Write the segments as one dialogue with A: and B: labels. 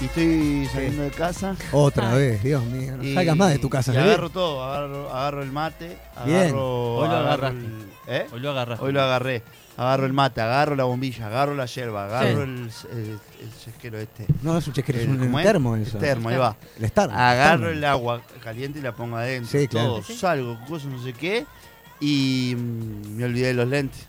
A: Y estoy saliendo de casa.
B: Otra vez, Dios mío. No
A: y-
B: salgas más de tu casa.
A: y
B: ¿eh?
A: agarro todo, agarro, agarro el mate,
B: Bien.
A: agarro.
C: Hoy lo
A: agarro
C: agarraste.
A: el- ¿eh?
C: Hoy lo agarraste.
A: Hoy lo agarré. Agarro el mate, agarro la bombilla, agarro la yerba, agarro
C: Sí.
A: el, el, el chesquero este.
B: No, es un chesquero, es
A: El-
B: un
A: ¿cómo es?
B: termo eso.
A: El termo, ahí va.
B: El Star.
A: Agarro el agua caliente y la pongo adentro.
B: Sí, claro.
A: Todo,
D: Sí.
A: salgo, cosas, no sé qué. Y mm, me olvidé de los lentes.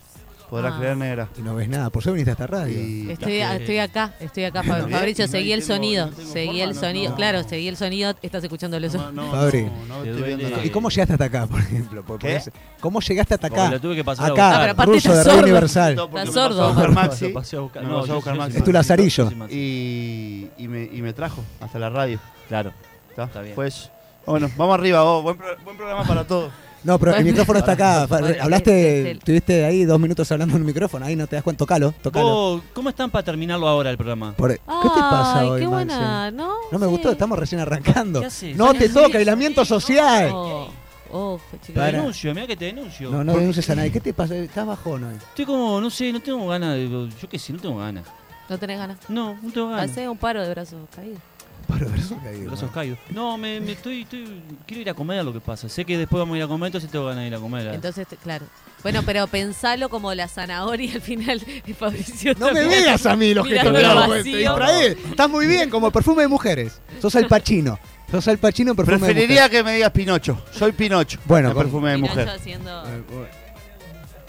A: Podrás
D: Ah.
A: creer, negra.
B: Y no ves nada. Por eso viniste a esta radio.
A: Y-
D: Estoy,
C: Las que-
D: estoy acá, estoy acá,
A: Bueno,
D: Fab-
A: bien,
D: Fabricio.
A: y no
D: Seguí el
A: tengo-
D: sonido,
A: no tengo
D: seguí
A: forma,
D: el
A: no,
D: sonido.
A: no.
D: Claro, seguí el sonido. Estás escuchando el
A: No, no,
B: Fabri.
A: no, no
C: Te
A: estoy
C: duele.
A: viendo nada.
B: ¿Y cómo llegaste hasta acá, por ejemplo? Porque
A: ¿Qué?
B: podés- ¿Cómo llegaste hasta
C: Porque
B: acá?
C: lo tuve que pasar
B: Acá,
C: a
D: Ah, pero
C: buscar.
D: aparte
B: ruso de
D: estás
B: Radio
D: sordo.
B: Universal.
A: porque
D: Estás
A: me pasó
D: sordo.
A: a buscar
C: Lo
A: Maxi
C: pasé a buscar.
A: No, lo pasé a
C: yo-
A: buscar
C: yo
A: Maxi.
C: soy
B: Es tu
C: Maxi,
B: lazarillo.
C: yo soy Maxi.
A: y, y me, y me trajo hasta la radio.
C: Claro.
A: ¿Está?
C: Está bien.
A: Pues, bueno, vamos arriba, vos. Buen, pro- buen programa para todos.
B: No, pero el micrófono está acá. Fa-
D: Bueno, es- es
B: Hablaste,
D: el-
B: estuviste ahí dos minutos hablando en el micrófono. Ahí no te das cuenta. Tocalo,
D: Oh.
B: tocalo.
C: Vos, ¿Cómo están para terminarlo ahora el programa?
B: Por- ¿Qué te pasa
D: Ay,
B: hoy,
D: qué
B: Maxi?
D: buena, ¿no?
B: No me
D: Sí.
B: gustó, estamos recién arrancando.
C: ¿Qué haces?
B: No te
C: Sí,
B: toca, aislamiento social.
D: Oh, oh, chicos.
C: Te
B: Para.
C: denuncio, mirá que te denuncio.
B: No, no denuncies a nadie. ¿Qué te pasa? Estás bajón hoy.
C: Estoy como, no sé, no tengo ganas. de- Yo qué sé, no tengo ganas.
D: No tenés ganas.
C: No, no tengo ganas.
D: Pasé un paro de brazos caídos.
B: Paro, pero eso que digo,
C: Brazos
B: man.
C: caídos. No, me, me estoy, estoy- Quiero ir a comer a lo que pasa. Sé que después vamos a ir a comer, entonces tengo ganas de ir a comer. a-
D: Entonces, te- claro. Bueno, pero pensalo como la zanahoria al final de Fabricio.
B: No me
D: también.
B: veas a mí los que pues,
D: Mira,
B: te
C: lo
B: veo,
D: vacío.
B: te distraes. Estás muy bien, como perfume de mujeres. Sos el Pachino. Sos el Pachino en perfume
A: Preferiría
B: de
A: que me digas Pinocho. Soy Pinocho.
B: Bueno,
A: de
B: con-
A: perfume de
D: Mira, yo
A: mujer.
D: haciendo.
B: mujeres.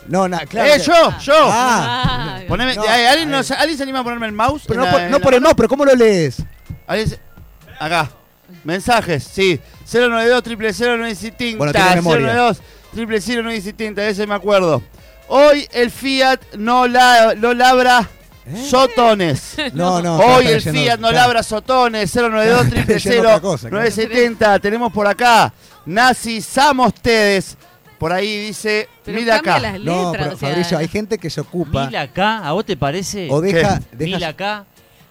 B: No, nada, claro.
A: ¡Eh,
B: que-
A: yo! ¡Yo!
B: Ah,
D: Ah,
A: Poneme,
B: No,
A: ay, ¿alguien,
B: ay.
A: no se- alguien se anima a ponerme el mouse?
B: pero
A: en
B: no,
A: la-
B: por,
A: en
B: no
A: la-
B: por el no, pero ¿cómo lo lees?
A: alguien se- Acá. Mensajes, sí. 092 triple 0970
B: Bueno, tiene memoria.
A: 092 triple 0970 ese me acuerdo. Hoy el Fiat no, la, no labra
B: ¿Eh?
A: sotones.
B: No, no.
A: Hoy
B: está
A: el
B: leyendo-
A: Fiat no
B: claro.
A: labra sotones, 092
B: Claro, está leyendo otra cosa, claro.
A: 970 Tenemos por acá, nazizamos ustedes. Por ahí dice,
D: pero
A: mira
D: cambia
A: acá.
D: las letras,
B: No, pero
D: o sea,
B: Fabricio, hay gente que se ocupa
C: Mil acá, ¿a vos te parece?
B: o deja. deja-
C: Mil acá.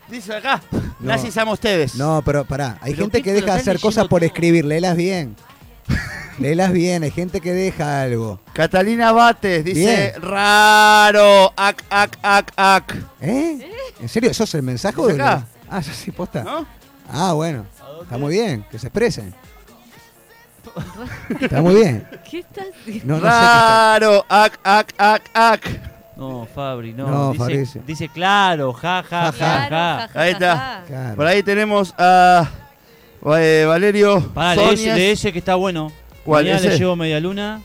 A: Dice acá,
B: No.
A: nazizamos ustedes.
B: No, pero pará. Hay
C: Pero
B: gente
C: qué
B: que deja de
C: estás
B: hacer cosas
C: leyendo
B: por
C: todo.
B: escribir. Léelas bien. Léelas bien. Hay gente que deja algo.
A: Catalina Bates dice,
B: Bien.
A: raro, ac, ac, ac, ac.
B: ¿Eh? ¿En serio? ¿Sos el mensaje
A: ¿Es
B: o el-
A: acá?
B: Ah, sos sí, posta.
A: ¿No?
B: Ah, bueno. Está muy bien, que se expresen. Está muy bien.
D: ¿Qué estás
B: No, no sé qué está-
A: Raro, ac, ac, ac, ac.
C: No, Fabri, no.
B: No,
C: dice,
B: Fabricio.
C: dice claro, ja, ja, ja, ja.
D: Claro, ja, ja,
A: Ahí
D: ja,
A: está.
D: ja.
B: Claro.
A: Por ahí tenemos a eh, Valerio
C: Pará, de ese,
A: Soñes,
C: de ese que está bueno.
A: ¿Cuál,
C: Mañana
A: ese?
C: le llevo media luna.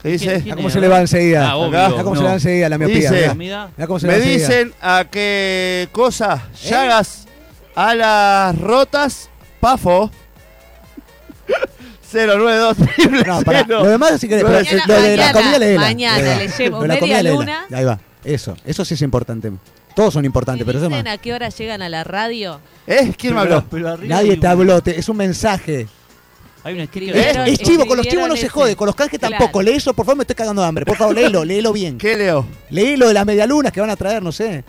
A: que dice,
C: ¿Quién
B: Mirá cómo
C: es,
B: se
C: no?
B: le va enseguida.
C: Ah,
A: obvio,
B: Mirá cómo se
C: no.
B: le va enseguida la miopía.
A: Dice-
B: mirá.
C: Comida.
B: Mirá cómo se ¿Eh? le
A: Me
B: va enseguida.
A: dicen a qué cosa, llagas a las rotas, pafo. 092 triple
B: No, pará.
A: cero.
B: Lo demás si querés, pero
A: Mañana,
B: lo de la
D: mañana,
B: comida le
D: mañana le llevo media luna.
B: Ahí va. Eso, eso sí es importante. Todos son importantes,
D: Me
B: pero eso es más.
D: dicen a qué hora llegan a la radio?
A: ¿Eh? ¿Quién me habló?
C: Pero arriba
B: Nadie
C: hay
B: te
C: un-
B: habló, ¿Eh? te- es un mensaje.
C: Hay una escritura.
B: Es,
A: Pero
B: es chivo, con los chivos
D: escribieron
B: no se
D: ese.
B: jode, con los canjes
D: Claro.
B: tampoco. Leí eso, por favor, me estoy cagando de hambre. Por favor, léelo, léelo bien.
A: ¿Qué leo?
B: Leílo de las medialunas que van a traer, no sé.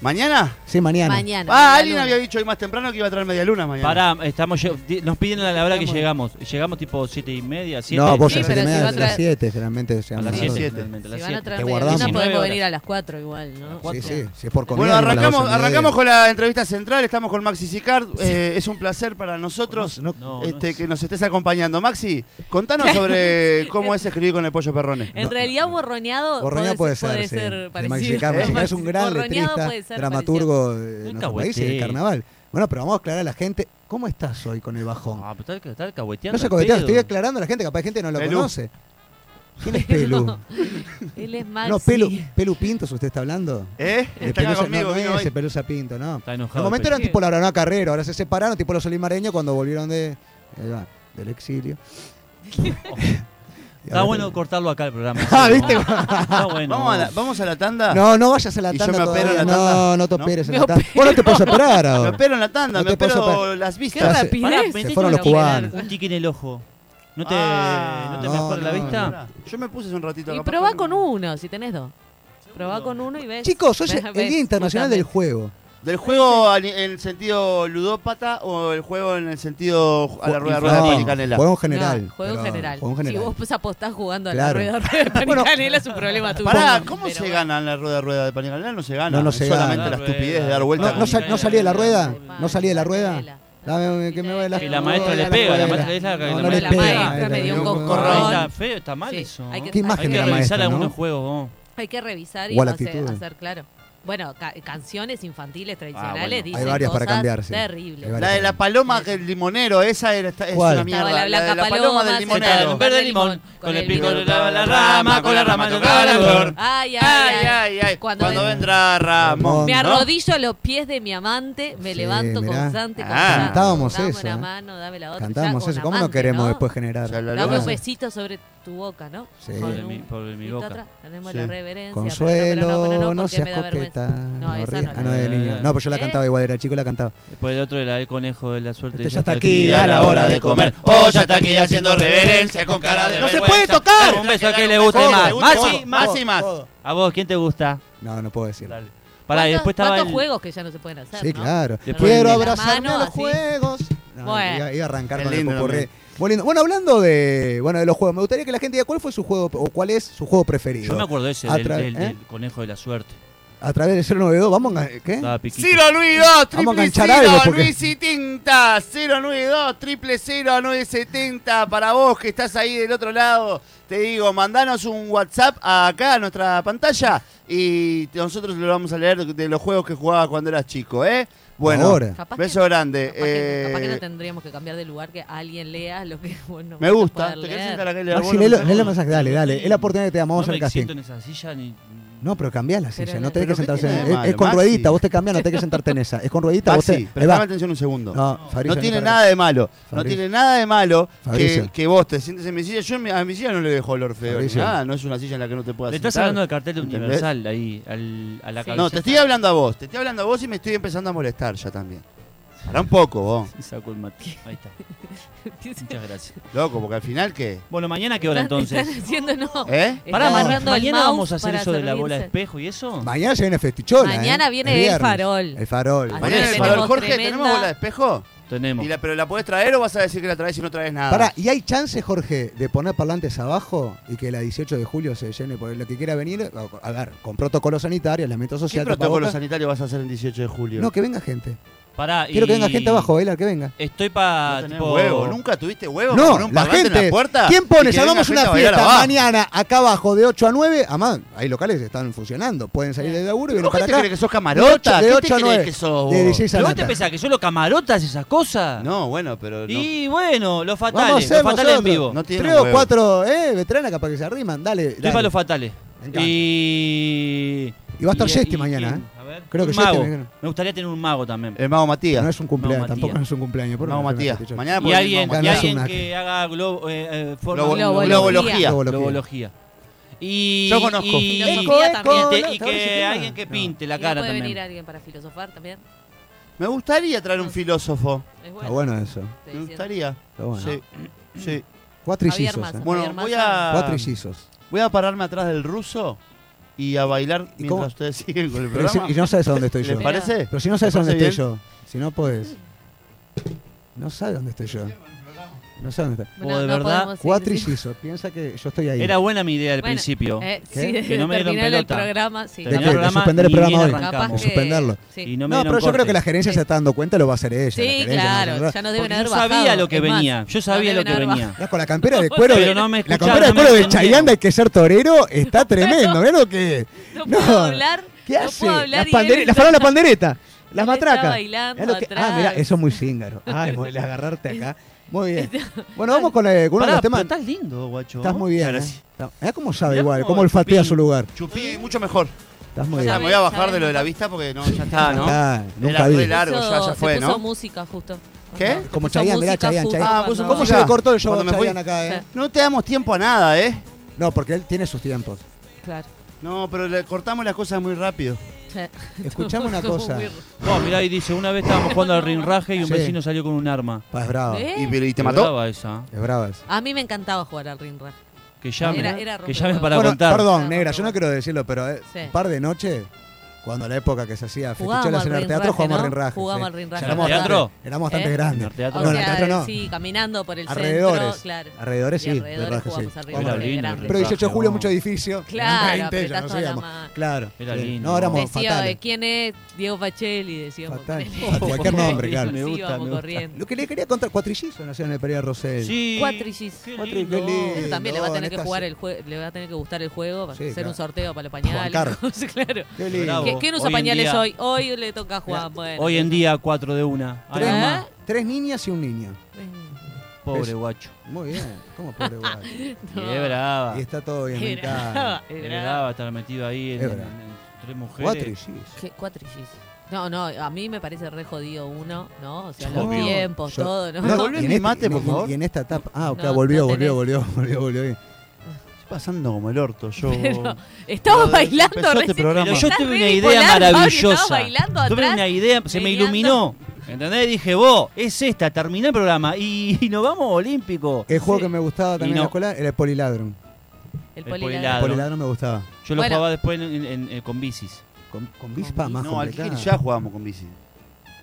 A: ¿Mañana?
B: Sí, mañana.
D: Mañana.
A: ah, alguien
D: la luna.
A: había dicho hoy más temprano que iba a traer media luna mañana.
C: Pará, estamos, lle- di- nos piden a la hora que llegamos. Llegamos tipo siete y media, siete.
B: No, vos
D: Sí,
B: a las
D: pero si
B: media,
D: va a
B: a las
D: traer-
B: 7, generalmente. o sea,
C: A las
B: no-
A: siete.
C: 7. generalmente, a las
D: Si van a
C: siete.
D: traer
B: Te
D: media
B: guardamos.
D: luna, podemos
C: 19
D: venir a las 4 igual, ¿no?
B: Sí, sí, si es por comida.
A: Bueno,
B: como a las
A: arrancamos,
B: doce y media.
A: arrancamos con la entrevista central. Estamos con Maxi Sicard. Eh, es un placer para nosotros
B: No,
C: no,
A: este,
C: no es-
A: que nos estés acompañando. Maxi, contanos sobre cómo es escribir con el pollo perrone.
D: En realidad, borroneado,
B: Borroñado puede ser, sí.
D: ser
B: De Maxi
D: parecido.
B: Carmen.
A: ¿eh?
B: Es un gran
D: Borroñado
B: letrista,
D: puede ser
B: dramaturgo de
C: Nunca
B: nuestro país y
C: aguanté.
B: del carnaval. Bueno, pero vamos a aclarar a la gente. ¿Cómo estás hoy con el bajón?
C: Ah, pero está, está cahueteando.
B: No se
C: al
B: coquetea,
C: pedo.
B: estoy aclarando a la gente, capaz hay gente que no lo
A: Pelú.
B: conoce. ¿Quién es Pelu?
D: parecido. Él es Maxi.
B: No, Pelu, Pelu Pintos, ¿usted está hablando?
A: ¿Eh?
B: De
A: Está acá
B: Pelusa-
A: conmigo,
B: no, no
A: vino
B: es
A: hoy.
B: el Pelusa Pinto, no.
C: Está
B: De
C: enojado.
B: momento
C: pero-
B: eran tipo la Arana Carrero, ahora se separaron, tipo los olimareños cuando volvieron de, ahí va, del exilio. Y
C: Está
B: ahora-
C: bueno cortarlo acá el programa.
B: Ah, ¿viste?
C: Está bueno.
A: Vamos a la, vamos a la tanda.
B: No, no vayas a la
A: ¿Y yo
B: tanda
A: me opero en la
B: todavía. No,
A: tanda?
B: no te
A: ¿No?
B: operes en
D: Me
B: la tanda. Vos no te puedes operar
A: Me
B: ahora.
A: opero en la tanda,
B: No
A: me
B: te puedo
A: opero
B: soplar.
A: las
D: Qué
A: vistas.
B: Estás-
C: Pará,
D: rapidez.
C: metete
B: se fueron los
C: una-
B: cubanos.
C: Un tique en el ojo. ¿No te,
A: Ah,
C: no te
B: no,
C: mejora la
B: no,
C: vista?
A: Mirá, Yo me puse hace un ratito.
D: Y
A: capaz
D: probá
A: que-
D: con uno, si tenés dos. Probá con uno y ves.
B: Chicos, hoy es
D: Ves-
B: el
D: ves,
B: Día Internacional del
D: justamente.
B: Juego.
A: ¿Del juego al- en sentido ludópata o el juego en el sentido a la rueda, rueda de
C: infantil.
A: Panicanela?
B: Juego en general.
D: No, juego en
B: pero-
D: general.
B: Juego en general.
D: Si vos pues, apostás jugando
B: Claro.
D: a la rueda de Panicanela es un problema tuyo.
A: Pará, ¿cómo se
D: gana?
A: gana en la rueda rueda de Panicanela? No se gana.
B: No, no
A: es
B: se gana.
A: solamente la
C: Rueda,
A: estupidez de dar vueltas.
B: No, no sal- no salí de la rueda. No salí de la rueda.
D: Panicanela.
B: Dame que me voy a la
D: Que
C: la maestra le pega, la maestra es la que-
B: No,
C: la
B: no le
C: maestra-
B: pega.
D: La maestra me dio un
B: No, no, no.
D: coscorrón.
C: Ahí está feo, está mal
D: Sí,
C: eso.
D: hay
C: ¿no?
D: que-
B: Qué
C: Hay
B: imagen de
C: que
B: la
C: revisar
B: maestra,
C: algunos
B: ¿no?
C: juegos, vamos.
D: Hay que revisar y
B: Igual
D: hacer,
B: actitud.
D: hacer claro. Bueno, ca- canciones infantiles tradicionales
C: Ah, bueno. Hay
D: dicen
B: varias para
D: cosas
B: cambiar, sí.
D: terribles.
B: Hay varias.
A: La de la paloma que el limonero, esa era, está- es
B: ¿Cuál?
A: una mierda.
D: Estaba la blanca
A: de la paloma,
D: paloma,
A: del
D: sentada
A: limonero.
D: en un verde limón,
C: Con el pico la, la rama, con la rama
A: tocaba
C: tocaba la flor.
D: Ay, ay,
A: Ay,
D: ay.
A: ay, ay.
D: Cuando
A: Cuando,
D: ven-
A: vendrá Ramón.
D: Me
A: ¿no?
D: arrodillo a los pies de mi amante, me
B: Sí,
D: levanto
B: mirá.
D: constante,
A: Ah.
D: constante.
B: Cantábamos
D: dame
B: eso,
D: una
B: ¿eh?
D: mano, dame la otra. Ya
B: Cantábamos
D: con
B: eso. ¿Cómo no
D: amante,
B: queremos
D: ¿no?
B: después
A: O sea,
B: generar?
A: la
D: Dame
A: luna.
D: un besito sobre tu boca, ¿no?
B: Sí.
D: Con
C: Sobre
D: un
C: mi, sobre mi
D: pito
C: boca.
D: atrás, Tenemos
A: Sí.
D: la reverencia. pero no,
B: Consuelo,
D: pero
B: no,
D: no, pero no, porque
B: seas
D: me da vergüenza.
B: coqueta.
D: No, esa
B: rías.
D: no la
B: Ah, no, de
C: canto.
B: niño. No, pero yo la
D: ¿Eh?
B: cantaba igual, era chico y la cantaba.
C: Después el otro era el conejo de la suerte.
B: Este ya está aquí, a la hora de comer.
A: Oh, ya está aquí haciendo reverencia con cara de
C: ¡No se
A: vergüenza.
C: puede tocar! Dame un beso al que le guste
A: Todo,
C: más.
A: le gusta
C: Más
A: todo,
C: y más
A: todo,
C: y más.
A: todo.
C: ¿A vos quién te gusta?
B: No, no puedo decir.
C: Pará, y
D: ¿Cuántos-
C: después estaba
D: cuántos
C: el...
D: juegos que ya no se pueden hacer,
B: Sí,
D: ¿no?
B: claro.
C: Después
B: Quiero
C: de la
B: abrazarme
D: mano,
B: a los
D: así.
B: juegos. No,
D: Bueno.
B: iba, iba a arrancar
A: Qué
B: con el
A: lindo
B: popurrí. Muy lindo. Bueno, hablando de, bueno, de los juegos, me gustaría que la gente diga cuál fue su juego o cuál es su juego preferido.
C: Yo me acuerdo ese,
B: A
C: del,
B: tra-
C: del-
B: ¿eh?
C: del conejo de la suerte.
B: A través del 092, vamos a... ¿Qué?
C: Estaba piquito.
A: Ciro Luis 2,
B: Vamos a
A: triple
B: enganchar algo,
A: cero,
B: porque-
A: Luis y Tinta, 092, triple 970, para vos que estás ahí del otro lado, te digo, mandanos un WhatsApp acá a nuestra pantalla y nosotros lo vamos a leer de los juegos que jugaba cuando eras chico, ¿eh? Bueno,
B: Ahora.
D: Capaz que-
A: beso grande.
D: Capaz, que, capaz que
A: eh,
D: no tendríamos que cambiar de lugar que alguien lea lo que bueno.
A: me gusta,
D: Te
A: te querés sentar acá y leer
B: Maxi,
A: algunos
B: léelo-
A: mensajes?
B: léelo el mensaje, dale, dale. Es la oportunidad que te damos, vamos
C: no
B: al
C: me
B: casting.
C: siento en esa silla ni...
B: No, pero cambiás la silla,
D: Pero
B: no
D: la-
B: tenés que
A: ¿Pero qué
B: sentarse en...
A: tiene de
B: Es,
A: malo,
B: es con
A: Maxi?
B: ruedita, vos te cambiás, no tenés que sentarte en esa. Es con ruedita, vos te...
A: Maxi,
B: ahí
A: prestame
B: va.
A: atención un segundo.
B: No, Fabricio,
A: no tiene
B: te-
A: nada de malo. No
B: Fabricio.
A: tiene nada de malo que,
B: Fabricio.
A: que vos te sientes en mi silla. Yo en mi- a mi silla no le dejo olor feo ni
B: Fabricio.
A: nada. No es una silla en la que no te puedas
C: Le estás
A: sentar.
C: hablando del cartel de
A: ¿Entendés?
C: Universal ahí, al, a la
D: Sí.
C: cabeza.
A: No, te estoy hablando a vos. Te estoy hablando a vos y me estoy empezando a molestar ya también. Para un poco vos.
C: Y saco el mate. Ahí está. Muchas gracias.
A: Loco, porque al final, ¿qué?
C: Bueno, ¿mañana qué hora
D: Están-
C: entonces?
D: Están haciendo no.
A: ¿Eh?
D: Están
C: Pará, ma-
D: agarrando el
C: mañana
D: mouse
C: vamos a hacer
D: para
C: eso de la bola de
D: servirse.
C: espejo y eso.
B: Mañana se viene festichola,
D: Mañana
B: ¿eh?
D: viene el
B: viernes.
D: farol.
B: El farol.
D: Así
A: Mañana en el
D: tenemos
A: valor. Jorge,
D: tremenda-
A: ¿tenemos bola de espejo?
C: Tenemos.
A: ¿Y la, ¿Pero la podés traer o vas a decir que la traes y no traes nada?
B: Pará, ¿y hay chance, Jorge, de poner parlantes abajo y que la 18 de julio se llene por lo que quiera venir? A- A ver, con protocolo sanitario, aislamiento
A: ¿Qué
B: social,
A: protocolo
B: tapabocas.
A: sanitario vas a hacer el 18 de julio?
B: No, que venga gente.
C: Pará,
B: Quiero que venga
C: y-
B: gente abajo eh. a bailar, que venga.
C: Estoy para
A: No tenés
C: Ah, tipo
A: huevo. ¿Nunca tuviste huevo?
B: No,
A: con un
B: la
A: parlante en
B: gente.
A: la puerta?
B: ¿Quién
A: Y
B: pone?
A: que
B: Hagamos
A: venga
B: una
A: gente a
B: fiesta
A: bailar abajo.
B: mañana acá abajo de 8 a 9. Además, hay locales que están funcionando. Pueden salir del laburo y vienen
A: ¿Vos qué
B: para
A: te
B: acá.
A: crees que sos camarota? ¿Qué
B: De ocho- de
A: te
B: ocho a
A: crees
B: nueve.
A: que sos vos?
B: De 16 a
C: ¿Pero vos te
B: 9.
C: pensás que solo camarotas esas cosas?
A: No, bueno, pero no.
C: Y bueno, los
B: Vamos a
C: fatales,
B: hacer
C: los fatales en
B: nosotros.
C: vivo.
A: No tiene
B: Tres o
A: huevo.
B: cuatro, eh, veteranas capaz que se arriman. Dale.
C: Estoy
B: dale.
C: para los fatales.
B: Me encanta.
C: Y...
B: Y va a estar
C: y-
B: Yesti
C: y-
B: mañana,
C: ¿quién?
B: ¿eh?
C: A ver,
B: Creo
C: un
B: que Yesti
C: mago.
B: mañana. Eh,
C: Me gustaría tener un mago también.
A: El mago Matías.
B: No es un
C: No,
B: cumpleaños,
C: Matías.
B: tampoco no es un cumpleaños. por este
A: mago
B: favor,
A: Matías.
B: fecha.
A: Mañana
C: Y
A: por
C: alguien, y
B: Ganás
C: alguien
B: una.
C: que haga globo, eh, eh, forma-
A: Globo-
D: Globología.
A: Globología.
B: Globología.
C: globología. Y,
A: Yo conozco.
C: Y,
D: Filosofía
C: y-
D: también.
C: y
B: no,
C: te- y
B: estaba
C: que
B: diciendo
C: alguien que
B: nada.
C: pinte
D: Y
C: la
D: no
C: cara
D: puede
C: también.
D: venir alguien para filosofar también.
A: Me gustaría traer un filósofo.
D: Es
B: Está
D: bueno.
B: bueno eh. eso.
D: estoy
A: Me
D: diciendo.
A: gustaría.
B: Está bueno.
A: Sí. Sí.
B: Cuatro
D: Javier
B: incisos.
D: Massa.
B: eh.
A: Bueno,
D: Javier
A: voy
D: Massa.
A: a
B: Cuatro incisos.
A: voy a pararme atrás del ruso y a bailar
B: ¿Y
A: mientras
B: cómo?
A: ustedes siguen con el
B: Pero si-
A: programa.
B: y no sabes a dónde estoy
A: ¿Les
B: yo.
D: Mira.
A: parece?
B: Pero si no sabes a dónde
A: ¿Te
B: estoy
A: parece
B: yo. Si no podés. No sabes dónde estoy yo. No sabes dónde estoy.
D: No,
C: Vos, de
D: no
C: verdad,
D: podemos ir,
B: Cuatro
D: sí.
B: incisos. Piensa que yo estoy ahí.
C: Era buena mi idea al
D: Bueno,
C: principio.
D: Eh,
B: ¿Qué?
D: sí,
C: Que no me dieron
D: terminar el
C: pelota.
D: programa, sí.
C: Terminar
B: ¿De qué? ¿De suspender el
C: ni bien
B: programa hoy?
D: Capaz
C: arrancamos.
D: que-
B: Suspenderlo.
D: sí.
C: Y no, me
B: No,
C: dieron
B: pero yo creo
C: corte.
B: que la gerencia se está dando cuenta, lo va a hacer ella.
D: Sí,
B: la gerencia,
D: claro,
B: ¿no?
D: ya no
C: Porque
D: deben haber
C: yo sabía
D: bajado.
C: lo que
D: Es más,
C: venía. Yo sabía
D: no deben
C: lo que
D: haber
C: venía.
B: Ya con la campera de cuero,
C: Pero
B: de-
C: no me
B: la
C: escucharon,
B: campera de
C: no me
B: cuero de
C: entendieron.
B: Chayanda hay que ser torero, está tremendo, mira lo que
D: No
B: No.
D: puedo hablar.
B: ¿Qué
D: no
B: hace?
D: puedo hablar
B: las
D: y
B: pandere-
D: él
B: las
D: está-
B: farolas pandereta, las
D: él está
B: matracas.
D: bailando
B: Es lo que-
D: atrás.
B: ah, mira, eso es muy cíngaro. Ay, muy- le agarrarte acá. Muy bien. Bueno, vamos con, eh, con uno de los
C: Pará, pero
B: temas.
C: estás lindo, guacho.
B: Estás muy bien.
C: Muchas
B: ¿eh?
C: gracias.
B: Está- Mirá cómo sabe
C: Mirá
B: igual,
C: cómo
B: cómo olfatea
C: chupín.
B: su lugar.
A: Chupí mucho mejor.
B: Estás muy
A: O sea,
B: bien.
A: me voy a
D: Ya
A: bajar
D: ves,
A: de lo
D: ya
A: de la
D: ves.
A: vista porque no, ya está, ¿no?
B: Ah,
A: Era
B: nunca
A: re
B: vi.
A: largo, ya, ya
D: Puso-
A: fue,
D: se puso
A: ¿no?
D: música justo.
A: ¿Qué?
B: Como
D: Puso
B: Chayanne, mirá,
D: música
B: Chayanne,
D: justo
B: Chayanne.
A: Ah, puso
D: cuando-
B: pues, ¿Cómo se
A: Ah,
B: le cortó el show
A: cuando
B: a
A: me fui.
B: Chayanne acá? eh?
A: No te damos tiempo a nada, ¿eh?
B: No, porque él tiene sus tiempos.
D: Claro.
A: No, pero le cortamos las cosas muy rápido.
B: Escuchame una cosa.
C: No, mirá, y dice, una vez estábamos jugando al rinraje y un
B: Sí.
C: vecino salió con un arma.
B: Pa, Es brava.
D: ¿Eh?
A: ¿Y, y te
C: Qué
A: mató?
C: brava esa.
B: Es brava. esa.
D: A mí me encantaba jugar al ring rap.
C: Que llame,
D: Era- era
C: que llame
D: rompedor.
C: para
B: Bueno,
C: contar.
B: Perdón,
D: Ah,
B: negra,
D: perdón.
B: yo no quiero decirlo, pero eh,
D: Sí.
B: un par de noches Jugando a la época que se hacía
D: Jugábamos
B: fichicholas
D: al
B: en el
D: rin
B: teatro,
D: raje,
B: jugamos
D: ¿no?
B: a rinraje.
D: Jugábamos al rinraje,
B: Éramos
C: ¿verdad?
B: bastante, éramos bastante
D: ¿Eh?
B: grandes.
C: En el teatro.
D: O
B: No, en el
D: sea,
B: teatro no.
D: sí, caminando por el
B: Alrededores.
D: centro. Claro.
B: Alrededores sí,
D: Y
B: de
D: alrededores
B: raje,
D: jugamos
B: sí.
D: al
B: Era
D: rinraje,
C: lindo,
D: grande.
C: el
B: Pero 18 de
C: Raje,
B: julio,
C: vamos.
B: mucho edificio.
D: Claro,
B: 20, ya
D: apretás
B: nos
D: toda la
B: íbamos.
D: mano.
B: Claro.
C: Era
B: sí.
C: lindo.
B: No, éramos
D: Decía,
B: fatales.
D: ¿quién es Diego Pacelli? Decíamos.
B: Fatal.
D: ponele.
B: Cualquier nombre, claro.
C: Me
D: Sí,
C: gusta,
D: íbamos
C: me gusta.
D: corriendo.
B: Lo que le quería contar, cuatrillizo nació en el Pereira Rosell.
C: Sí.
D: Cuatrillis.
C: Qué
B: Cuatri-
C: lindo.
B: qué lindo.
D: Él también le va a
B: no,
D: tener
B: en
D: que
B: esta
D: jugar
B: se-
D: el juego, le va a tener que gustar el juego, va a
B: Sí,
D: hacer
B: claro.
D: un sorteo para los
B: Bancar.
D: pañales. claro.
B: Qué lindo.
C: Bravo.
D: ¿Qué- ¿Quién usa
C: Hoy en
D: pañales
C: día-
D: hoy? Hoy le toca a Juan. Bueno.
C: Hoy en día, cuatro de una. Ay,
B: Tres,
C: mamá,
B: tres niñas y un niño.
C: Pobre
B: Es-
C: guacho.
B: Muy bien. ¿Cómo pobre guacho?
D: No.
C: Qué brava.
B: Y está todo bien. me
D: Era,
B: encanta.
C: Qué
D: era-
C: brava estar metido ahí en,
B: Es brava.
C: en- en tres mujeres.
B: Cuatrillizo.
D: ¿Qué? Cuatrillis. No, no, a mí me parece re jodido uno, ¿no? O sea, los
C: Obvio.
D: tiempos,
B: Yo-
D: todo, ¿no?
A: No,
B: y
A: volvió
B: en
A: mi
B: este-
A: mate, por
B: y-
A: favor.
B: Y en esta etapa. Ah, ok,
D: No,
B: volvió,
D: no
B: volvió,
D: tenés.
B: volvió, volvió, volvió.
A: Estoy pasando como el orto, yo.
D: Pero estaba
A: Cuando
D: bailando
A: empezó este
D: recién.
A: programa.
C: Pero yo
D: Está
C: tuve
D: re
C: una
D: bipolar,
C: idea
D: Fabri,
C: maravillosa.
D: estaba bailando
C: tuve
D: atrás,
C: una idea, se me
D: bailando.
C: iluminó. ¿Entendés? Dije, vos, es esta, terminé el programa y, y nos vamos olímpico.
B: El juego
D: Sí.
B: que me gustaba también en
C: no.
B: la escuela era el poliladron.
D: El
C: El
A: Ah,
D: poliladro.
C: poliladro.
B: El poliladron me gustaba.
C: Yo lo
D: Bueno.
C: jugaba después en- en- en- eh, con bicis.
B: Con, con bispa más
A: no, al
B: complicado.
A: Kikiri ya jugábamos con bici.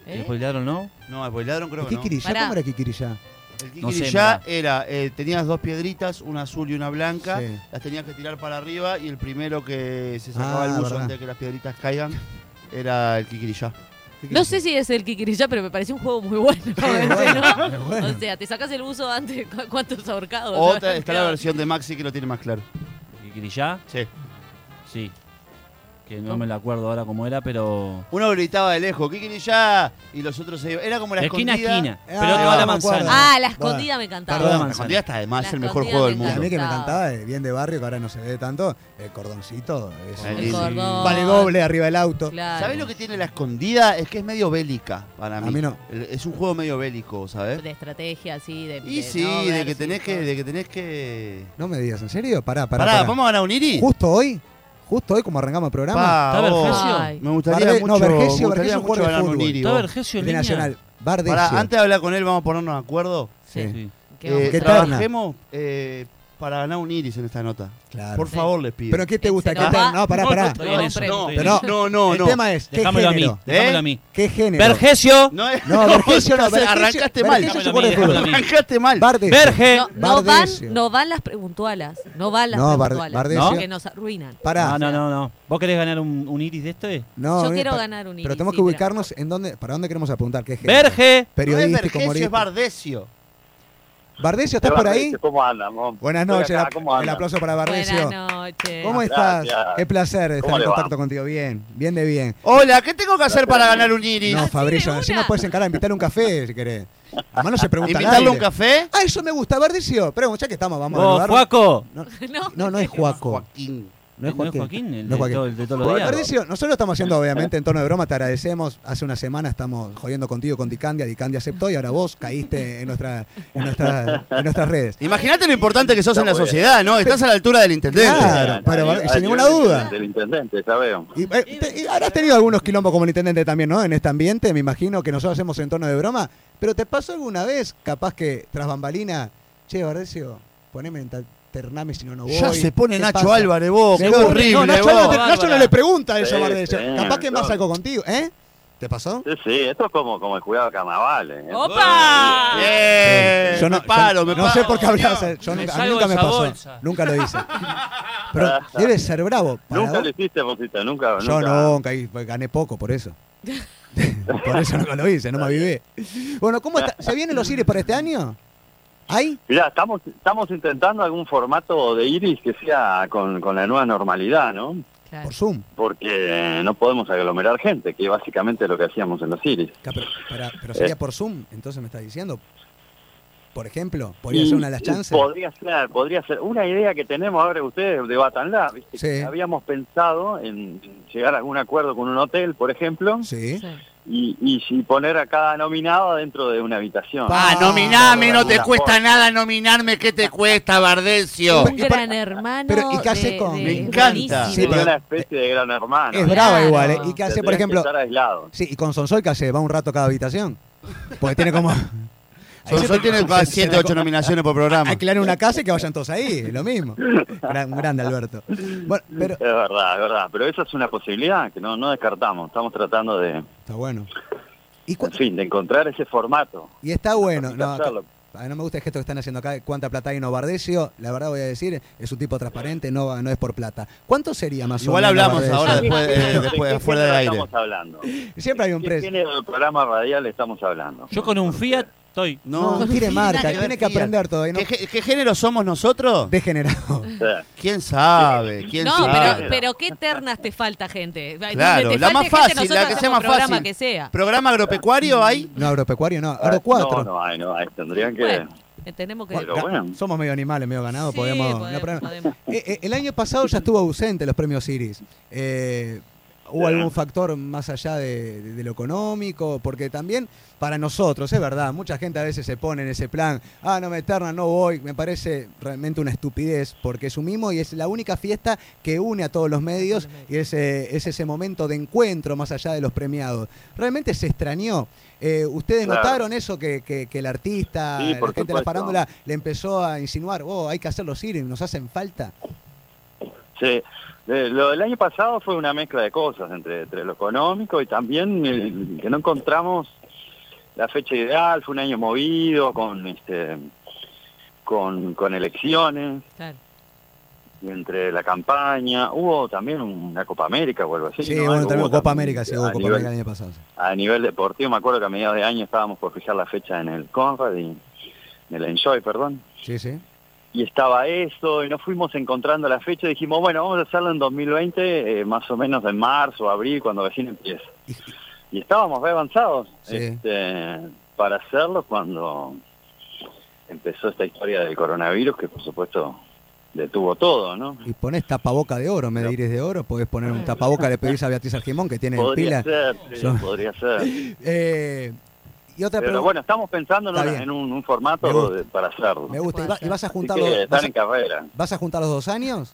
D: ¿Eh?
C: ¿El poliladro no?
A: No, al ladrón creo
B: ¿El
A: que no.
B: Kikiri ya?
D: Pará.
B: ¿Cómo era Kikiri ya?
A: El Kikiri
C: No sé,
A: ya
C: mirá.
A: era, eh, tenías dos piedritas, una azul y una blanca,
B: Sí.
A: las tenías que tirar para arriba y el primero que se sacaba
B: Ah,
A: el buzo
B: verdad.
A: antes de que las piedritas caigan era el Kikiri ya.
D: No sé si es el Kikiriyá, pero me pareció un juego muy bueno. ¿eh?
B: Muy bueno, muy bueno.
D: O sea, te sacas el buzo antes, ¿cu- ¿cuántos ahorcados?
A: Otra, está la versión de Maxi que lo tiene más claro.
C: ¿El grillá?
A: Sí.
C: Sí. Que no me la acuerdo ahora cómo era, pero.
A: Uno gritaba de lejos, Kikiri ya, y los otros se iban. Era como la
C: De esquina a
A: escondida.
C: esquina.
B: Ah,
C: Pero toda la
B: me acuerdo.
C: manzana.
D: Ah, la
B: Bueno,
D: escondida me encantaba.
B: perdón.
A: La escondida está además,
D: La
A: es el mejor
D: escondida
A: juego del
D: me
B: Y a
A: mundo.
B: mí que me
D: Gustavo.
B: encantaba, eh, bien de barrio, que ahora no se ve tanto, el cordoncito. eso.
A: El
D: El cordón.
B: Vale doble arriba del auto.
D: Claro.
A: ¿Sabés lo que tiene la escondida? Es que es medio bélica para
B: A
A: mí.
B: mí no.
A: El- Es un juego medio bélico, ¿sabes?
D: De estrategia, así, de.
A: Y
D: de
A: sí,
D: no
A: de
D: ver,
A: que
D: sí,
A: tenés que,
D: todo.
A: de que tenés que.
B: No me digas, ¿en serio? Pará, pará.
A: Pará,
B: pará.
A: ¿vamos a ganar un Iri?
B: Justo hoy, justo hoy, como arrancamos el programa,
A: Pa,
C: Está
A: vos. Ah,
C: Vergesio.
D: Ay.
A: Me gustaría
B: Barde- no,
A: mucho,
B: Vergesio,
A: me gustaría
B: Vergesio
A: mucho
B: juega de
A: ganar un
B: fútbol.
A: Iri.
C: ¿Está
A: vos.
C: Vergesio en
B: de
C: línea?
B: Nacional, Bar de
A: Pará,
B: Ezio.
A: antes de hablar con él, vamos a ponernos de acuerdo.
D: Sí.
C: Sí.
D: ¿Qué
A: Eh,
D: vamos a
B: ¿Qué
D: hacer?
B: tal?
A: trabajemos eh, para ganar un Iris en esta nota.
B: Claro.
A: Por
D: Sí.
A: favor, les pido.
B: ¿Pero qué te gusta?
D: Se
B: ¿Qué
D: nos
B: tal?
D: va-
B: No, pará,
C: No,
B: pará.
C: no estoy en eso,
D: Pero
C: no estoy en
B: Pero
C: eso.
A: no, no,
B: el
A: no.
B: tema es, ¿qué
C: Dejámelo a mí.
B: género? ¿Eh?
C: Dejámelo a mí.
B: ¿Qué género?
C: Vergesio.
A: No, es-
B: No, Vergesio no,
A: estás-
B: Vergesio-
A: arrancaste
B: Vergesio
A: mal.
B: se pone de
C: Dejámelo a
B: fútbol.
C: mí.
A: Arrancaste mal.
B: Bar de Ezio.
C: Verge.
D: No, no van,
B: Bardesio.
D: no van las preguntuales. No van las
B: Eh, No, Bar-
D: preguntuales.
B: Bardesio.
D: Porque nos arruinan.
B: Pará.
C: No, no, no, no. ¿Vos querés ganar un, un iris de este?
B: No,
D: Yo
B: bien,
D: quiero
B: pa-
D: ganar un
B: Pero
D: Iris,
B: tenemos que
D: sí,
B: ubicarnos en dónde, para dónde queremos apuntar. ¿Qué género?
C: Verge.
A: No es
B: Periodístico,
A: Vergesio, es
B: humorista.
A: Bardesio.
B: Bardesio, ¿estás por ahí?
E: ¿Cómo andan? Vamos.
B: Buenas
E: Estoy
B: noches.
E: acá,
B: la-
E: ¿Cómo
B: el
E: andan?
B: aplauso para Bardesio.
D: Buenas noches.
B: ¿Cómo estás?
E: Gracias.
B: Qué placer
E: ¿Cómo
B: estar en
E: le va?
B: contacto contigo. Bien, bien de bien.
A: Hola, ¿qué tengo que hacer para ganar un Iris?
B: No,
D: Así
B: Fabricio,
D: de
B: encima
D: una.
B: puedes encarar a invitarle un café si querés. Además no se pregunta
A: ¿Invitarle
B: nadie.
A: un café?
B: Ah, eso me gusta, Bardesio. Pero ya que estamos, vamos a
C: Vos,
B: lugar.
C: Juaco.
D: No.
B: No, no es Juaco.
A: Joaquín.
C: No es Joaquín, el,
B: No es
C: de,
B: Joaquín.
C: todo- el de todos los
E: Bueno,
C: días.
E: Vergesio.
B: Patricio, nosotros lo estamos haciendo obviamente en tono de broma, te agradecemos. Hace una semana estamos jodiendo contigo con Dicandia, Dicandia aceptó y ahora vos caíste en, nuestra, en, nuestra- en nuestras redes.
A: Imagínate lo importante que sos en la
E: Está muy bien.
A: sociedad, ¿no? Estás a la altura del intendente.
B: Claro. pero
E: Ahí-
B: sin
E: ahí
B: ninguna
E: del-
B: duda.
E: Del intendente, ya veo.
B: Y, eh, te- y habrás tenido algunos quilombos como el intendente también, ¿no? En este ambiente, me imagino que nosotros hacemos en tono de broma, pero ¿te pasó alguna vez, capaz que tras bambalina, che, Bardecio, poneme en tal tername si no, no voy?
A: Ya se pone
B: ¿Qué
A: Nacho
B: pasa?
A: Álvarez, vos.
B: Se
A: Qué
B: pone-
A: horrible,
B: no, Nacho,
A: vos.
B: no, te- Nacho no
C: Bárbara.
B: le pregunta eso a
E: Sí,
B: Bardecio.
E: sí,
B: capaz que es más
E: claro.
B: algo contigo, ¿eh? ¿Te pasó?
E: Sí, sí, esto es como, como el cuidado de carnaval. ¿eh?
D: ¡Opa!
A: Bien.
B: Yo no,
A: Eh, me paro,
B: yo
A: me
B: no
A: paro.
B: sé por qué hablás.
A: señor.
B: Yo
C: Me
B: nunca, a mí
C: salgo
B: nunca
C: de
B: me
C: esa
B: pasó.
C: bolsa.
B: Nunca lo hice. Pero debe ser bravo. para
E: Nunca
B: vos.
E: lo hiciste, Mosita, nunca.
B: Yo
E: nunca.
B: nunca, y pues, gané poco por eso. por eso nunca lo hice, no me avivé. Bueno, ¿cómo está? ¿Se vienen los Iris para este año? ¿Hay?
E: Mirá, estamos, estamos intentando algún formato de iris que sea con, con la nueva normalidad, ¿no?
D: Claro.
B: Por Zoom.
E: Porque no podemos aglomerar gente, que básicamente es lo que hacíamos en los iris.
B: Ca- Pero, para- pero sería por Zoom, entonces me estás diciendo. Por ejemplo, podría ser una de las
E: Y-
B: chances.
E: Podría ser, podría ser. Una idea que tenemos, ahora ustedes debatanla, ¿viste?
B: Sí.
E: habíamos pensado en llegar a algún acuerdo con un hotel, por ejemplo,
B: Sí.
D: Sí.
E: y, y si poner a cada nominado dentro de una habitación.
A: Ah,
B: Ah,
A: nominame, no te
E: alguna
A: cuesta
E: forma.
A: nada nominarme. ¿Qué te cuesta, Bardesio?
D: Un
B: Y pa-
D: gran hermano.
B: pero, ¿y qué hace
D: de-
B: con-
D: de-
A: Me encanta.
D: buenísimo.
B: Sí,
E: Sería
B: pero-
E: una especie de gran hermano.
B: Es brava
D: Claro.
B: igual, ¿eh? ¿Y qué hace, por
E: Tendrían que
B: ejemplo?
E: estar aislado.
B: Sí, y con Sonsoy que hace, va un rato a cada habitación. Porque tiene como.
A: Sol tiene
B: se-
A: casi
B: se-
A: 7 8 nominaciones por programa.
B: Alquilar una casa y que vayan todos ahí, lo mismo. Gran- grande Alberto. Bueno, pero
E: Es verdad, es verdad. Pero esa es una posibilidad que no, no descartamos. Estamos tratando de,
B: está bueno. ¿Y, cu-
E: en fin, de encontrar ese formato.
B: y está bueno.
E: Hay que
B: No, acá-
E: hacerlo.
B: A mí no me gusta el gesto que están haciendo acá, cuánta plata hay en Obardecio, la verdad voy a decir, es un tipo transparente, no, va- no es por plata. ¿Cuánto sería más
A: Igual
B: o menos?
A: hablamos
B: Obardecio?
A: ahora después, eh,
E: Ah, ¿De
A: después
E: qué
A: afuera del
E: género
A: aire.
E: Estamos hablando.
B: Siempre hay un
E: ¿Qué
B: precio.
E: género del programa radial estamos hablando?
C: Yo con un Fiat estoy.
B: No, no tiene marca,
A: nada ver,
B: tiene que
A: Fiat.
B: aprender todavía. ¿no?
A: ¿Qué, gé- qué género somos nosotros?
B: Degenerado.
E: O sea,
A: ¿Quién sabe? ¿Quién
D: No,
A: sabe?
D: pero, pero qué ternas te falta, gente. Donde
A: Claro,
D: te
A: la
D: falte
A: más
D: gente,
A: fácil,
D: nosotros
A: la que sea
D: hacemos
A: más
D: programa
A: fácil.
D: que sea.
A: ¿Programa agropecuario hay?
B: No, agropecuario, no, agrocuatro.
E: Ah, No, no hay, no hay. Tendrían que...
D: Bueno, tenemos que...
E: Pero bueno.
B: Somos medio animales, medio ganado,
D: Sí,
B: podemos... no
D: podemos,
B: hay problema.
D: podemos.
B: Eh, eh, el año pasado ya estuvo ausente los premios Iris. Eh, ¿Hubo algún factor más allá de, de- de lo económico? Porque también para nosotros, es verdad, mucha gente a veces se pone en ese plan, ah, no me eternan, no voy, me parece realmente una estupidez, porque es un mimo y es la única fiesta que une a todos los medios y es, eh, es ese momento de encuentro más allá de los premiados. Realmente se extrañó. Eh, ¿Ustedes
E: Claro.
B: notaron eso que, que- que el artista,
E: Sí,
B: la
E: por
B: gente de la
E: supuesto.
B: farándula le empezó a insinuar, oh, hay que hacer los Iris, nos hacen falta?
E: Sí, Eh, lo del año pasado fue una mezcla de cosas entre, entre lo económico y también eh, que no encontramos la fecha ideal, fue un año movido con este con, con elecciones
D: Claro.
E: y entre la campaña, hubo también una Copa América o algo así.
B: Sí,
E: ¿no?
B: bueno,
E: Algo
B: también
E: hubo
B: Copa
E: también,
B: América, sí, hubo
E: a
B: Copa
E: nivel-
B: América el año pasado.
E: a nivel deportivo, me acuerdo que a mediados de año estábamos por fijar la fecha en el Conrad y en el Enjoy, perdón.
B: Sí, sí.
E: y estaba eso, y nos fuimos encontrando la fecha, y dijimos, bueno, vamos a hacerlo en 2020, eh, más o menos en marzo, abril, cuando recién empiece.
B: Y-
E: Y estábamos re avanzados
B: Sí.
E: este, para hacerlo cuando empezó esta historia del coronavirus, que por supuesto detuvo todo, ¿no?
B: Y ponés tapaboca de oro, me
E: No.
B: dirís de oro, podés poner un tapaboca, le pedís a Beatriz Argimón que tiene en pila.
E: Podría ser, sí,
B: Yo-
E: podría ser.
B: Eh, y otra
E: Pero
B: pregunta.
E: bueno, estamos pensando en,
B: Está
E: una-
B: bien.
E: en un, un
B: Me
E: formato
B: gusta.
E: de- para hacerlo.
B: me gusta. ¿Y, va- y vas a
E: Así
B: juntar
E: que
B: los, vas
E: están
B: a,
E: en carrera.
B: vas a juntar los dos años?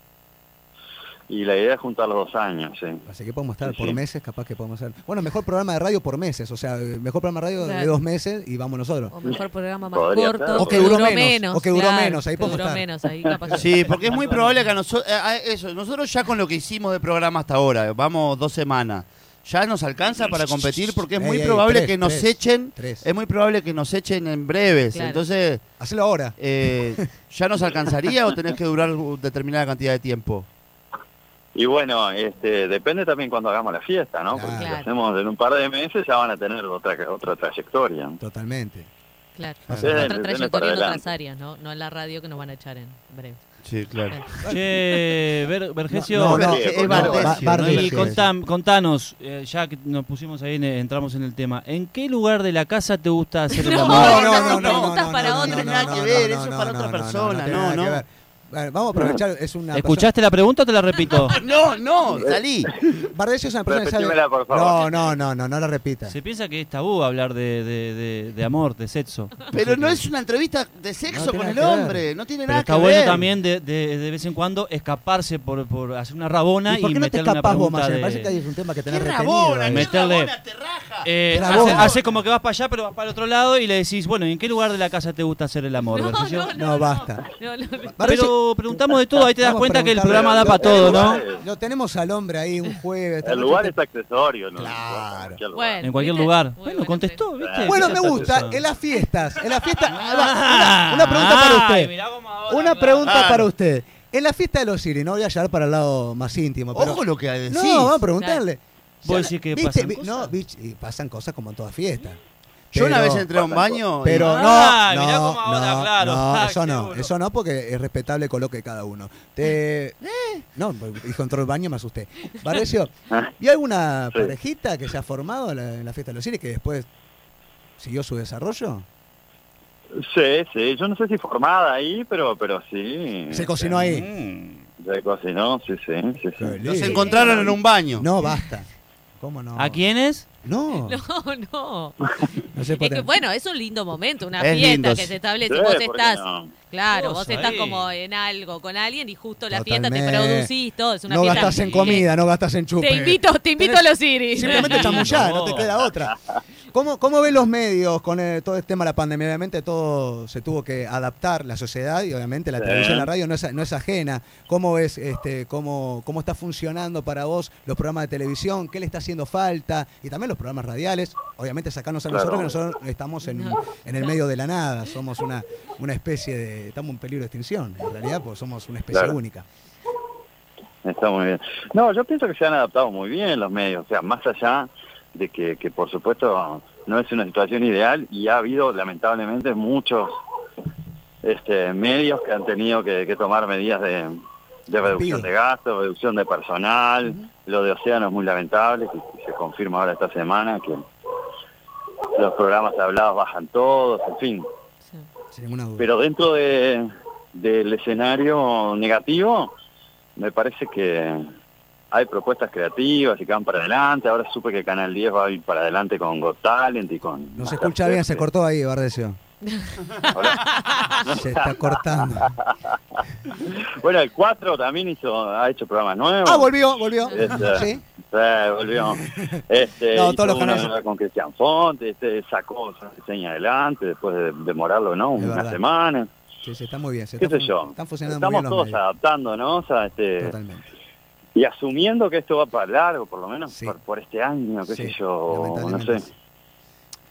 E: Y la idea es juntar los dos años, sí.
B: Así que podemos estar
E: Sí,
B: por
E: sí.
B: meses, capaz que podemos hacer. Bueno, mejor programa de radio por meses, o sea, eh, mejor programa de radio de
D: Claro.
B: dos meses y vamos nosotros.
D: O mejor programa más
E: Podría
D: corto.
E: ser. O que
B: duró menos, o que duró menos, ahí
D: que
B: podemos
D: duró
B: estar.
D: menos, ahí capaz que-
A: Sí, porque es muy probable que a nosotros, eso, nosotros ya con lo que hicimos de programa hasta ahora, eh, vamos dos semanas, ya nos alcanza para competir porque es
B: Ey,
A: muy
B: ey,
A: probable
B: tres,
A: que nos
B: tres,
A: echen,
B: tres.
A: es muy probable que nos echen en breves,
D: Claro.
A: entonces
B: Hacelo ahora.
A: eh, ya nos alcanzaría o tenés que durar u- determinada cantidad de tiempo.
E: Y bueno, este, depende también cuando hagamos la fiesta, ¿no? Porque si
D: Claro.
E: lo hacemos en un par de meses ya van a tener otra otra trayectoria.
B: Totalmente.
D: Claro.
B: Claro.
E: Bien,
D: Otra
E: bien,
D: trayectoria
E: para
D: en otras
E: adelante.
D: áreas, ¿no? No en la radio que nos van a echar en breve.
A: Sí, claro.
C: Che, Ver- Vergesio.
B: No, no,
E: Sí,
A: es
E: no,
A: Bardecio,
E: Bar-
A: ¿no?
B: Bardecio.
C: Y contam- contanos, eh, ya que nos pusimos ahí, en- entramos en el tema, ¿en qué lugar de la casa te gusta hacer el
D: No,
C: amor?
D: no, preguntas para otra,
A: nada que ver, eso es para otra persona,
B: tiene
A: no,
B: nada que
A: no.
B: ver. Bueno, vamos a aprovechar, es una persona-
C: ¿Escuchaste la pregunta o te la repito?
A: No, no, salí.
B: Bardecio es una persona que sabe-
E: Repetímela, por favor.
B: No, no, no, no, no la repita.
C: Se piensa que es tabú hablar de, de- de- de amor, de sexo.
A: Pero no es una entrevista de sexo
B: No tiene
A: con el
B: nada que ver.
A: hombre, no tiene
C: Pero
A: nada
C: está
A: que
C: bueno
A: ver.
C: también de, de- de vez en cuando escaparse por, por hacer una rabona y,
B: ¿Y por qué no te
C: meterle una
B: escapás vos,
C: pregunta
B: Marcelo?
C: de-
B: Me parece que ahí es un tema que
A: ¡Qué
B: tenés retenido. ¿eh?
A: rabona,
B: ahí.
A: qué
C: Meterle-
A: rabona, te raja!
C: Eh,
B: Era
C: hace,
B: vos.
C: hace como que vas para allá, pero vas para el otro lado y le decís, bueno, ¿y en qué lugar de la casa te gusta hacer el amor? Vergesio?
B: No, basta.
D: No, no, no.
B: Bardecio-
C: Pero preguntamos de todo, ahí te das
B: Vamos a
C: cuenta que el
B: preguntarle
C: programa da
B: algo.
C: para todo, ¿no?
E: Claro.
B: Lo tenemos al hombre ahí un jueves.
E: El lugar es accesorio, ¿no?
B: Este Claro.
E: En cualquier lugar.
D: Bueno,
C: En cualquier
D: ¿viste?
C: lugar.
D: Muy buena
C: Bueno, contestó, ¿viste?
B: Bueno,
C: ¿Qué
B: me
C: tanta
B: gusta.
C: cosa?
B: En las fiestas. En las fiestas. Ahí va,
C: Ah,
B: una- Una pregunta para
C: ay,
B: usted.
C: mirá cómo ahora
B: Una
C: habla.
B: pregunta
E: Ah.
A: Claro.
B: para usted. En la fiesta de los Siri, no voy a llegar para el lado más íntimo. Pero...
A: Ojo lo que decís.
B: No, vamos a preguntarle.
C: ¿Vos decís que
B: ¿Viste?
C: pasan
B: Vi-
C: cosas?
B: No, bitch, y pasan cosas como en toda fiesta.
A: Yo una
B: Pero-
A: vez entré a un baño. y-
B: Pero no,
C: Ah, mirá
B: no,
C: cómo ahora,
B: no,
C: claro.
B: no,
C: Ah,
B: eso
C: qué
B: no,
C: boludo.
B: eso no, porque es respetable el coloque de cada uno. Te... No, dijo entró el baño, me asusté. Barrecio,
E: Ah,
B: ¿y alguna
E: Sí.
B: parejita que se ha formado en la, en la fiesta de los cines que después siguió su desarrollo?
E: Sí, sí, yo no sé si formada ahí, pero pero sí.
B: Se cocinó ahí.
A: Mm,
E: Se cocinó, sí, sí, sí, sí.
B: Qué
A: Nos
B: Sí.
A: encontraron en un baño.
B: No, basta. ¿Cómo no?
C: ¿A quiénes?
B: No, no,
D: No, no.
B: sé por
D: Es que
B: qué.
D: bueno, es un lindo momento, una
A: Es
D: fiesta
A: lindo,
D: que
A: sí.
D: se establece.
E: Sí,
D: vos
E: ¿por qué
D: estás,
E: no?
D: claro,
C: Vos
D: vos estás
C: ahí.
D: como en algo con alguien y justo la fiesta te
B: Totalmente.
D: producís todo. Es una
B: No
D: fiesta
B: gastas en
D: que-
B: comida, no gastas en chupe.
D: Te invito, te invito
B: Tenés-
D: a los iris.
B: Simplemente
C: Sí,
B: chamullá,
C: no.
B: no te queda otra. ¿Cómo, ¿Cómo ven los medios con eh, todo este tema de la pandemia? Obviamente todo se tuvo que adaptar, la sociedad y obviamente la
E: Sí.
B: televisión, la radio no es, no es ajena. ¿Cómo ves este, cómo, cómo está funcionando para vos los programas de televisión? ¿Qué le está haciendo falta? Y también los programas radiales. Obviamente sacarnos a
E: Claro.
B: nosotros, que nosotros estamos en, en el medio de la nada. Somos una, una especie de... Estamos en peligro de extinción, en realidad, porque somos una especie
E: Claro.
B: única.
E: Está muy bien. No, yo pienso que se han adaptado muy bien los medios, o sea, más allá de que, que, por supuesto no es una situación ideal y ha habido lamentablemente muchos este, medios que han tenido que, que tomar medidas de, de reducción
B: Pide.
E: de gastos, reducción de personal, lo de Océano es muy lamentable, que que se confirma ahora esta semana que los programas hablados bajan todos, en fin,
D: Sí.
B: Sin ninguna duda.
E: pero dentro de, del escenario negativo, me parece que hay propuestas creativas y que van para adelante. Ahora supe que Canal 10 va a ir para adelante con Got Talent y con...
B: No se escucha bien,
E: eh.
B: se cortó ahí, Bardesio. Se está cortando. Ah,
E: Bueno, el 4 también hizo, ha hecho programas nuevos.
B: Ah, volvió, volvió.
E: Este,
B: Sí.
E: Sí, volvió. Este,
B: No,
E: hizo
B: todos los
E: una
B: canales.
E: nueva con Cristian Font, este, sacó esa diseña adelante después de demorarlo, ¿no?
B: Es
E: Una
B: verdad.
E: semana.
B: Sí, sí, está muy bien. se
E: ¿Qué
B: está
E: sé
B: fu-
E: yo?
B: Están funcionando muy
E: Estamos
B: bien los
E: todos
B: medios.
E: adaptándonos a este...
B: Totalmente.
E: Y asumiendo que esto va para largo, por lo menos
B: Sí.
E: por, por este año, qué
B: Sí,
E: sé yo, no
B: lamentablemente
E: sé,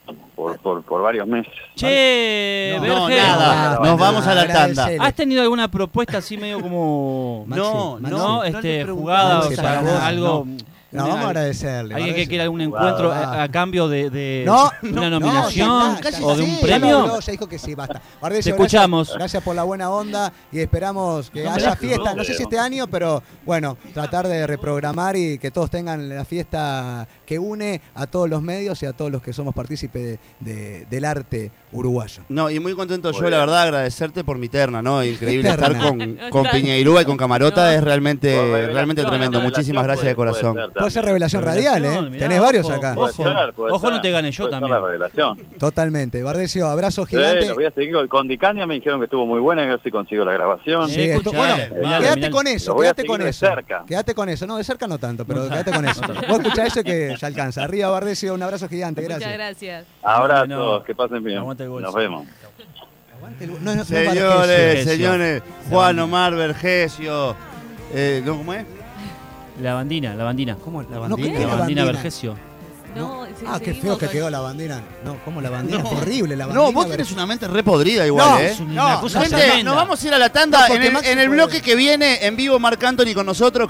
B: sí.
E: por, por, por varios meses.
C: Che,
B: No,
A: No,
C: Berger,
A: nada.
B: No,
A: Eh, Nos
B: no,
A: vamos a la
B: no,
A: tanda. Ah,
B: agradecele.
C: ¿has tenido alguna propuesta así medio como...
B: Maxi,
A: no,
B: Maxi.
C: no,
A: no,
C: este,
A: le preguntamos
C: jugada
B: Maxi,
C: para
B: para vos,
C: algo...
B: No, vamos a agradecerle.
C: Alguien que
B: Bardesio.
C: quiera algún
E: Guada.
C: encuentro a, a cambio de, de
B: No,
C: Eh, una
B: no,
C: nominación
B: ya está, ya
C: o de un
B: sí,
C: premio.
B: Ya, lo habló, ya dijo que sí, basta. Bardesio,
C: Te
B: gracias-
C: escuchamos.
B: Gracias, por la buena onda y esperamos que
C: No me
B: haya
C: dejes,
B: fiesta.
E: no,
B: No sé si
E: pero-
B: este año, pero bueno, tratar de reprogramar y que todos tengan la fiesta que une a todos los medios y a todos los que somos partícipes de- de- del arte uruguayo.
A: No, y muy contento
E: Muy
A: yo, la
E: bien.
A: verdad, agradecerte por mi terna, ¿no? Increíble
B: Terna.
A: estar con, con
D: Claro.
A: Piñeirúa y con Camarota,
D: No.
A: es realmente,
E: Por revelación,
A: realmente tremendo.
E: por
A: Muchísimas gracias de
E: revelación
A: corazón.
E: puede- puede ser
B: Puede ser
E: también.
B: revelación radial,
C: Revelación,
B: ¿eh?
C: mirá,
B: Tenés varios
C: ojo,
B: acá.
E: Puede
C: Ojo.
E: ser, puede
C: Ojo,
E: ser.
C: no te ganes, yo
E: Puede ser
C: también.
E: la revelación.
B: Totalmente. Bardesio, abrazo
E: Sí,
B: gigante.
E: lo voy a seguir. Con Dicania me dijeron que estuvo muy buena, a ver si consigo la grabación.
B: Sí,
C: Eh,
B: esto-
C: escuchá,
B: bueno,
C: eh,
E: madre,
B: quédate
C: mirá,
B: con eso,
E: lo voy a
B: quédate
E: seguir
B: con
E: de
B: eso.
E: cerca.
B: Quédate con eso, no, de cerca no tanto, pero quédate con eso. Vos escuchá eso que ya alcanza. Arriba, Bardesio, un abrazo gigante,
D: Muchas
B: gracias.
D: gracias.
E: Ahora
C: No,
E: todos, que pasen bien.
C: Aguante el gol.
E: Nos vemos.
B: Aguante el- no, no, no
A: Señores,
B: Bardesio.
C: Vergesio.
A: señores, Juan Omar Vergesio. Eh, ¿no, ¿Cómo es?
C: La bandina, la bandina.
B: ¿Cómo la
A: bandina?
B: ¿qué
C: La
B: la
C: bandina
B: bandina?
C: Vergesio.
D: No, se-
B: Ah, qué
D: seguimos
B: feo que
D: con-
B: quedó la bandina. No, ¿cómo la bandina? Es Horrible la bandina.
A: No, vos tenés una mente re podrida igual,
B: No,
A: ¿eh?
C: es una
A: No,
C: cosa
A: gente,
C: tremenda.
A: nos vamos a ir a la tanda.
B: No, porque
A: en el,
B: Maxi
A: en el
B: puede.
A: bloque que viene, en vivo, Marc Anthony con nosotros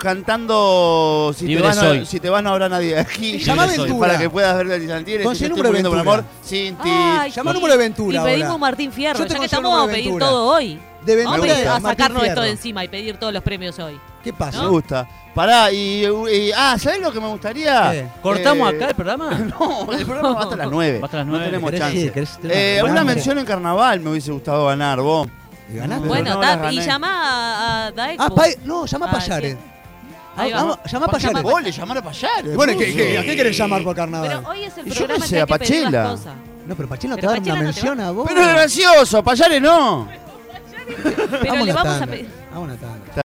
A: cantando Si, te
C: Libre
A: vas, no,
C: soy.
A: si te vas no habrá nadie aquí.
B: Llama
C: Libre soy.
B: Ventura.
A: Para que puedas ver el Santier.
B: Con
A: si te
B: cien
A: estoy
B: número de
A: muriendo por
B: Ventura.
A: amor. Sin ti.
D: Ay,
B: Llama al número de Ventura
D: Y pedimos
B: ahora.
D: Martín
B: Yo
D: Fierro,
B: te
D: ya que
B: consigo
D: estamos,
B: número
D: vamos
B: de
D: a pedir
B: Ventura.
D: todo hoy.
B: De
D: Vamos a,
B: Ventura,
D: pedir- a
B: Martín
D: sacarnos esto
B: Fierro.
D: de encima y pedir todos los premios hoy.
B: ¿Qué
A: Me
B: pasa?
A: gusta. Pará, y, y- ah, ¿sabés lo que me gustaría?
B: ¿Qué?
C: ¿Cortamos
A: Eh,
C: acá el programa?
A: No, el programa va hasta las 9.
C: Va hasta las
A: No
C: nueve.
A: tenemos
B: ¿Querés ir?
A: chance.
B: ¿Querés tener
A: Eh,
B: una-
A: una
B: Bueno,
A: mención en carnaval me hubiese gustado ganar, vos.
B: ¿Y ganaste?
A: Pero
D: bueno,
A: no
D: Tap,
A: las gané.
D: y llama a, a Daeku.
B: Ah, Pai- no, llama a
D: Ah,
B: Payares.
D: bien. Ahí
B: Ah,
D: vamos.
B: vamos, llama a Payares.
A: Vos le llamar a Payar.
B: Y Bueno, ¿qué- qué- ¿a qué querés llamar por
D: Pero
B: carnaval?
D: hoy es el
A: Yo
D: programa
A: pensé
D: que hay
A: a
D: que pedir
A: Pachela.
D: las cosas.
B: No, pero Pachino te
D: Pero
B: va a dar una
D: Pachela no te va-
B: mención a vos.
A: Pero es gracioso, Payares no.
D: Pero le
B: una
D: vamos a
B: tanda,
D: pedir...
B: Vamos a una tanda.